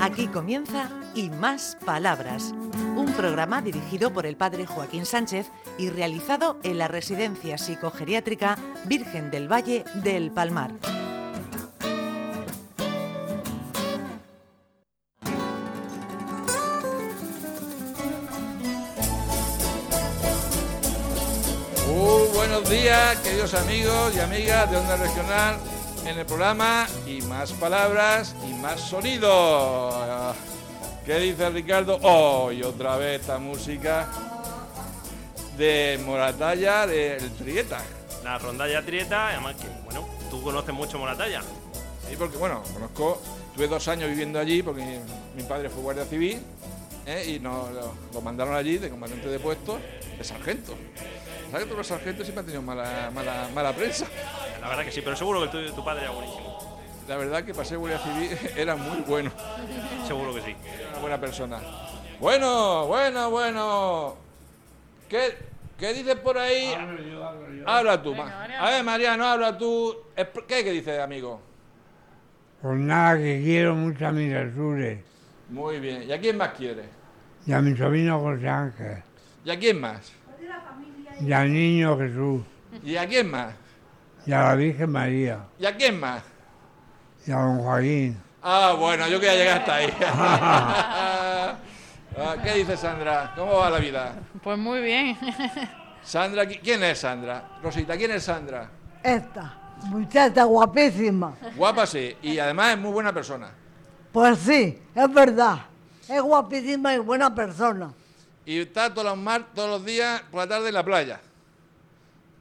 Aquí comienza Y Más Palabras, un programa dirigido por el padre Joaquín Sánchez y realizado en la Residencia Psicogeriátrica Virgen del Valle del Palmar. Muy Uh, buenos días, queridos amigos y amigas de Onda Regional, en el programa y más palabras y más sonido. Ah, ¿Qué dice Ricardo? Hoy otra vez esta música de Moratalla del Trieta. La rondalla Trieta, además que, bueno, tú conoces mucho Moratalla. Sí, porque bueno, conozco, tuve dos años viviendo allí porque mi padre fue guardia civil ¿eh? y nos lo, lo mandaron allí de comandante de puesto, de sargento. ¿Sabes que todos los sargentos siempre han tenido mala, mala, mala prensa? La verdad que sí, pero seguro que el tuyo y tu padre era buenísimo. La verdad que para ser guardia civil era muy bueno. Seguro que sí. una buena persona. Bueno, bueno, bueno. ¿Qué, qué dices por ahí? Habla tú. Ma- A ver, Mariano, habla tú. Exp- ¿Qué, qué dices, amigo? Pues nada, que quiero mucho a mis Azures Muy bien. ¿Y a quién más quieres? y a mi sobrino José Ángel ¿Y a quién más? y al niño Jesús ¿Y a quién más? y a la Virgen María ¿Y a quién más? y a don Joaquín. Ah, bueno, yo quería llegar hasta ahí. Ah, ¿Qué dices, Sandra? ¿Cómo va la vida? Pues muy bien. Sandra, ¿qui- ¿quién es Sandra? Rosita, ¿quién es Sandra? Esta, muchacha guapísima. Guapa sí, y además es muy buena persona. Pues sí, es verdad. Es guapísima y buena persona. Y está todos los, mar- todos los días por la tarde en la playa.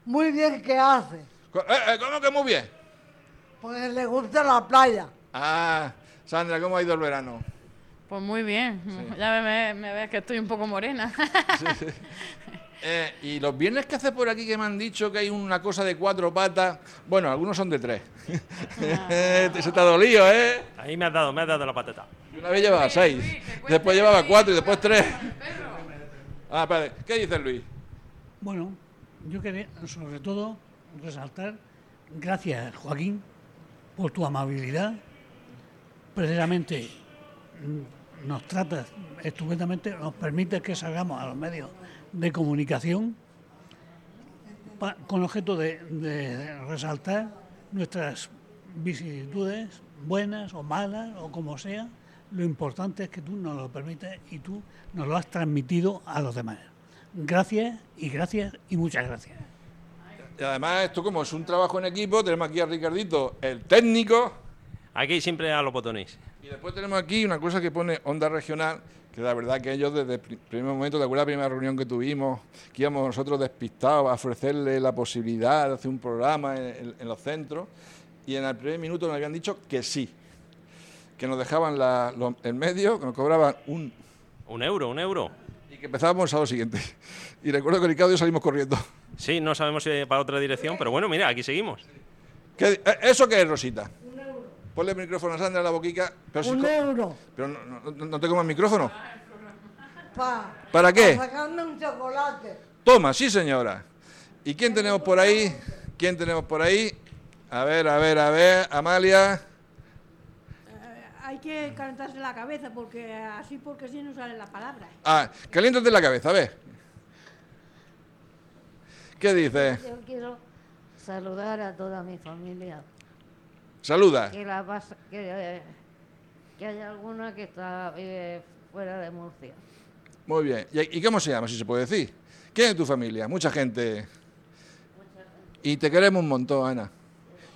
Muy bien que hace. Co- eh, eh, ¿Cómo que muy bien? Porque le gusta la playa. Ah, Sandra, ¿cómo ha ido el verano? Pues muy bien. Ya me, me ves que estoy un poco morena. Eh, ¿Y los viernes que hace por aquí que me han dicho que hay una cosa de cuatro patas? Bueno, algunos son de tres. Se te ha dolido, ¿eh? Ahí me has dado, me has dado la patata. Y Una vez llevaba seis, después llevaba cuatro y después tres. Ah, espérate, ¿qué dice Luis? Bueno, yo quería sobre todo resaltar, gracias Joaquín, por tu amabilidad. Precisamente mm, nos tratas estupendamente, nos permites que salgamos a los medios de comunicación pa- con objeto de, de resaltar nuestras vicisitudes, buenas o malas o como sea. Lo importante es que tú nos lo permites y tú nos lo has transmitido a los demás. Gracias y gracias y muchas gracias. Y además, esto como es un trabajo en equipo, tenemos aquí a Ricardito, el técnico. Aquí siempre a los botones. Y después tenemos aquí una cosa que pone Onda Regional, que la verdad que ellos desde el pri- primer momento, ¿te acuerdas la primera reunión que tuvimos? Que íbamos nosotros despistados a ofrecerle la posibilidad de hacer un programa en, en- en los centros. Y en el primer minuto nos habían dicho que sí, que nos dejaban la- lo- el medio, que nos cobraban un... Un euro, un euro. Y que empezábamos a lo siguiente. Y recuerdo que Ricardo y yo salimos corriendo. Sí, no sabemos si es para otra dirección, pero bueno, mira, aquí seguimos. ¿Qué- eh, ¿Eso qué es, Rosita? Ponle el micrófono a Sandra en la boquica. Pero, si Un co- euro. pero no, no- no- no te comas el micrófono. Pa- ¿Para qué? pa sacarme un chocolate. Toma, sí señora. ¿Y quién tenemos por ahí? ¿Quién tenemos por ahí? A ver, a ver, a ver, Amalia. Hay que calentarse la cabeza porque así porque si no sale la palabra. Ah, caliéntate la cabeza, a ver. ¿Qué dices? Yo quiero saludar a toda mi familia. Saluda. Que, la pas- que, eh, que hay alguna que está eh, fuera de Murcia. Muy bien. ¿Y, y cómo se llama, si se puede decir? ¿Quién es tu familia? Mucha gente. Y te queremos un montón, Ana.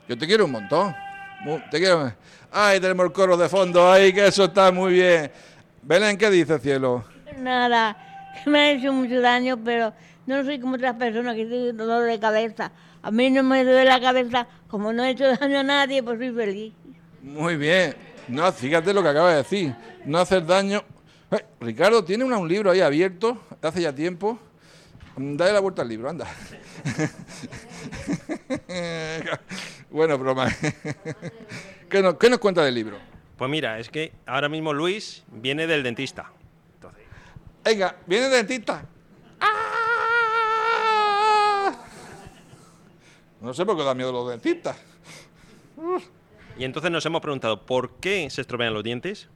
Yo te quiero un montón. Mu- Te quiero. Ay, tenemos el coro de fondo. Ay, que eso está muy bien. Belén, ¿qué dice, cielo? Nada, me ha hecho mucho daño, pero no soy como otras personas que tienen dolor de cabeza. A mí no me duele la cabeza, como no he hecho daño a nadie, pues soy feliz. Muy bien. No, fíjate lo que acaba de decir. No hacer daño. Eh, Ricardo, tiene una- un libro ahí abierto de hace ya tiempo. Mm, Dale la vuelta al libro, anda. bueno, broma. ¿Qué nos, ¿Qué nos cuenta del libro? Pues mira, es que ahora mismo Luis viene del dentista. Entonces, Venga, viene el dentista. ¡Ah! No sé por qué da miedo los dentistas. y entonces nos hemos preguntado por qué se estropean los dientes.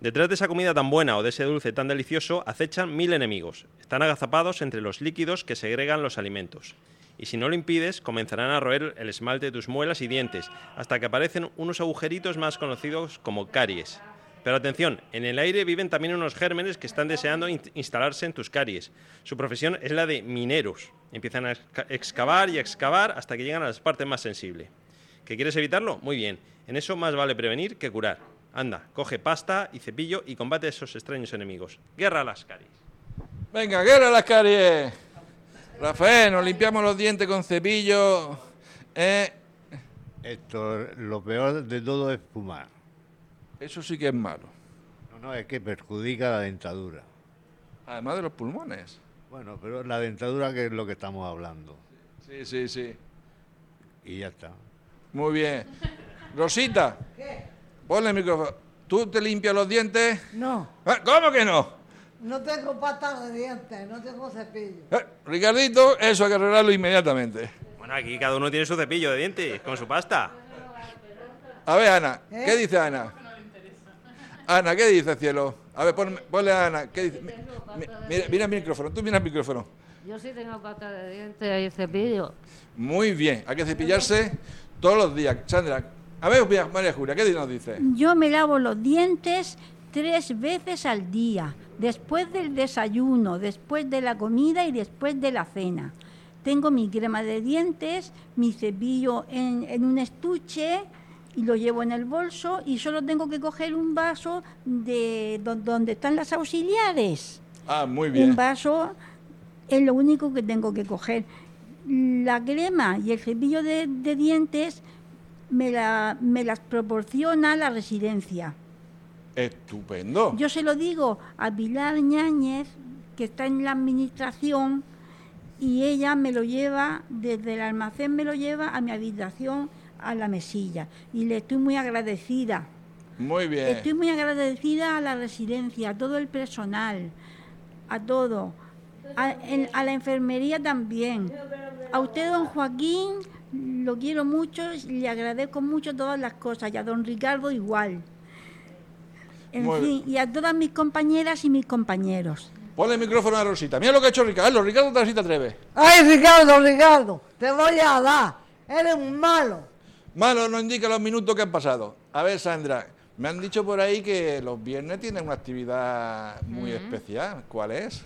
Detrás de esa comida tan buena o de ese dulce tan delicioso acechan mil enemigos. Están agazapados entre los líquidos que segregan los alimentos. Y si no lo impides, comenzarán a roer el esmalte de tus muelas y dientes, hasta que aparecen unos agujeritos más conocidos como caries. Pero atención, en el aire viven también unos gérmenes que están deseando in- instalarse en tus caries. Su profesión es la de mineros. Empiezan a exca- excavar y a excavar hasta que llegan a las partes más sensibles. ¿Que quieres evitarlo? Muy bien. En eso más vale prevenir que curar. Anda, coge pasta y cepillo y combate a esos extraños enemigos. Guerra a las caries. Venga, guerra a las caries. Rafael, nos limpiamos los dientes con cepillo. ¿eh? Esto, lo peor de todo es fumar. Eso sí que es malo. No, no, es que perjudica la dentadura. Además de los pulmones. Bueno, pero la dentadura que es lo que estamos hablando. Sí, sí, sí. Y ya está. Muy bien. Rosita, ponle el micrófono. ¿Tú te limpias los dientes? No. Ah, ¿Cómo que no? No tengo patas de dientes, no tengo cepillo. Eh, Ricardito, eso hay que arreglarlo inmediatamente. Bueno, aquí cada uno tiene su cepillo de dientes con su pasta. A ver, Ana, ¿Eh? ¿qué dice Ana? Ana, ¿qué dice, cielo? A ver, ponme- ponle a Ana, ¿qué dice? Mi- mi- Mira, mira el micrófono, tú mira el micrófono. Yo sí tengo pata de dientes y cepillo. Muy bien, hay que cepillarse todos los días. Sandra, a ver, mira, María Julia, ¿qué nos dice? Yo me lavo los dientes tres veces al día, después del desayuno, después de la comida y después de la cena. Tengo mi crema de dientes, mi cepillo en, en un estuche y lo llevo en el bolso y solo tengo que coger un vaso de don- donde están las auxiliares. Ah, muy Un bien. vaso es lo único que tengo que coger. La crema y el cepillo de, de dientes me, la- me las proporciona la residencia. Estupendo. Yo se lo digo a Pilar Ñáñez, que está en la administración, y ella me lo lleva, desde el almacén me lo lleva a mi habitación, a la mesilla. Y le estoy muy agradecida. Muy Estoy bien. muy agradecida a la residencia, a todo el personal, a todo, a, en- a la enfermería también. A usted, don Joaquín, lo quiero mucho, le agradezco mucho todas las cosas y a don Ricardo igual. En Muy fin, y a todas mis compañeras y mis compañeros. Ponle el micrófono a Rosita. Mira lo que ha hecho Ricardo. Ricardo, tal si te atreves. Ay, Ricardo, Ricardo, te voy a dar. Eres un malo. Malo no indica los minutos que han pasado. A ver, Sandra, me han dicho por ahí que los viernes tienen una actividad muy especial. ¿Cuál es?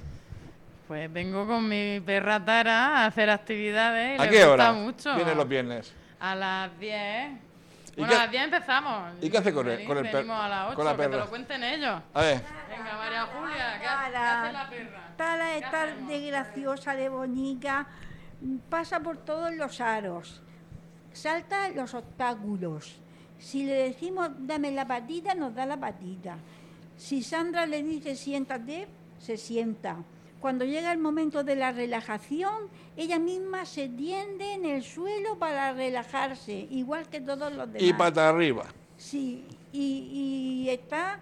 Pues vengo con mi perra Tara a hacer actividades. y ¿A le qué gusta hora mucho. vienen los viernes? A las 10. ¿Y Bueno, qué- a las 10 empezamos. ¿Y qué hace con el- Venid- con el per- Venimos a las 8, con la que te perra? lo cuenten ellos. A ver, Venga, María Julia, ¿qué hace, qué hace la perra? Tala es tan de graciosa, de bonita, pasa por todos los aros, salta los obstáculos. Si le decimos dame la patita, nos da la patita. Si Sandra le dice siéntate, se sienta. Cuando llega el momento de la relajación, ella misma se tiende en el suelo para relajarse, igual que todos los demás. y pata arriba. Sí, y, y está,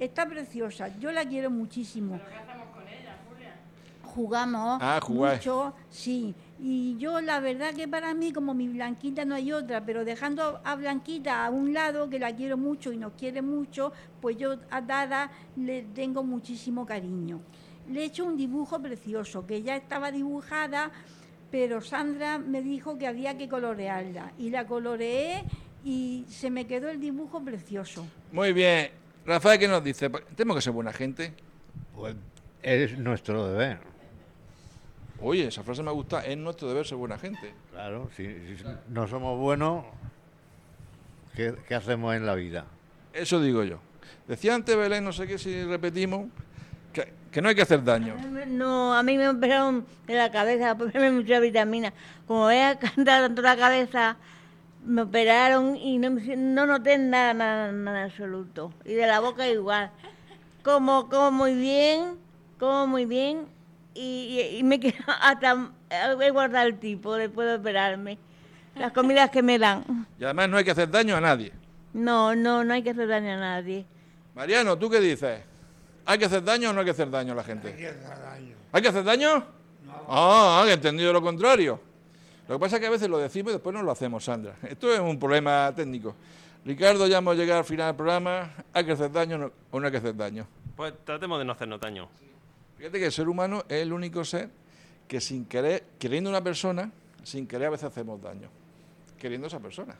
está preciosa. Yo la quiero muchísimo. ¿Pero qué hacemos con ella, Julia? Jugamos Ah, jugáis. mucho, sí. Y yo la verdad que para mí, como mi Blanquita no hay otra, pero dejando a Blanquita a un lado, que la quiero mucho y nos quiere mucho, pues yo a Dada le tengo muchísimo cariño. Le he hecho un dibujo precioso, que ya estaba dibujada, pero Sandra me dijo que había que colorearla. Y la coloreé y se me quedó el dibujo precioso. Muy bien. Rafael, ¿qué nos dice? Tenemos que ser buena gente. Pues es nuestro deber. Oye, esa frase me gusta. Es nuestro deber ser buena gente. Claro, si, si no somos buenos, ¿qué, qué hacemos en la vida? Eso digo yo. Decía antes Belén, no sé qué, si repetimos, que, que no hay que hacer daño. No, a mí me operaron de la cabeza, a ponerme mucha vitamina. Como había cantado tanto la cabeza, me operaron y no, me hici- no noté nada, nada, nada en absoluto. Y de la boca igual. Como, como muy bien, como muy bien. Y, y- y me quedo hasta, he guardado el tipo después de operarme. Las comidas que me dan. Y además no hay que hacer daño a nadie. No, no, no hay que hacer daño a nadie. Mariano, ¿tú qué dices? ¿Hay que hacer daño o no hay que hacer daño a la gente? Hay que hacer daño. Ah, he entendido lo contrario. Lo que pasa es que a veces lo decimos y después no lo hacemos, Sandra. Esto es un problema técnico. Ricardo, ya hemos llegado al final del programa. ¿Hay que hacer daño o no- o no hay que hacer daño? Pues tratemos de no hacernos daño. Fíjate que el ser humano es el único ser que sin querer, queriendo una persona, sin querer a veces hacemos daño. Queriendo a esa persona.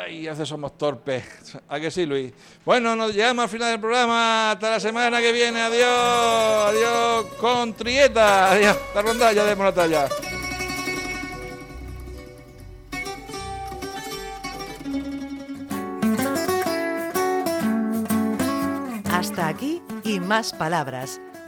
Ay, a veces somos torpes. ¿A que sí, Luis? Bueno, nos llegamos al final del programa. Hasta la semana que viene. Adiós. Adiós. Con Trieta. Adiós. La ronda ya de Monatalla. Hasta aquí y más palabras,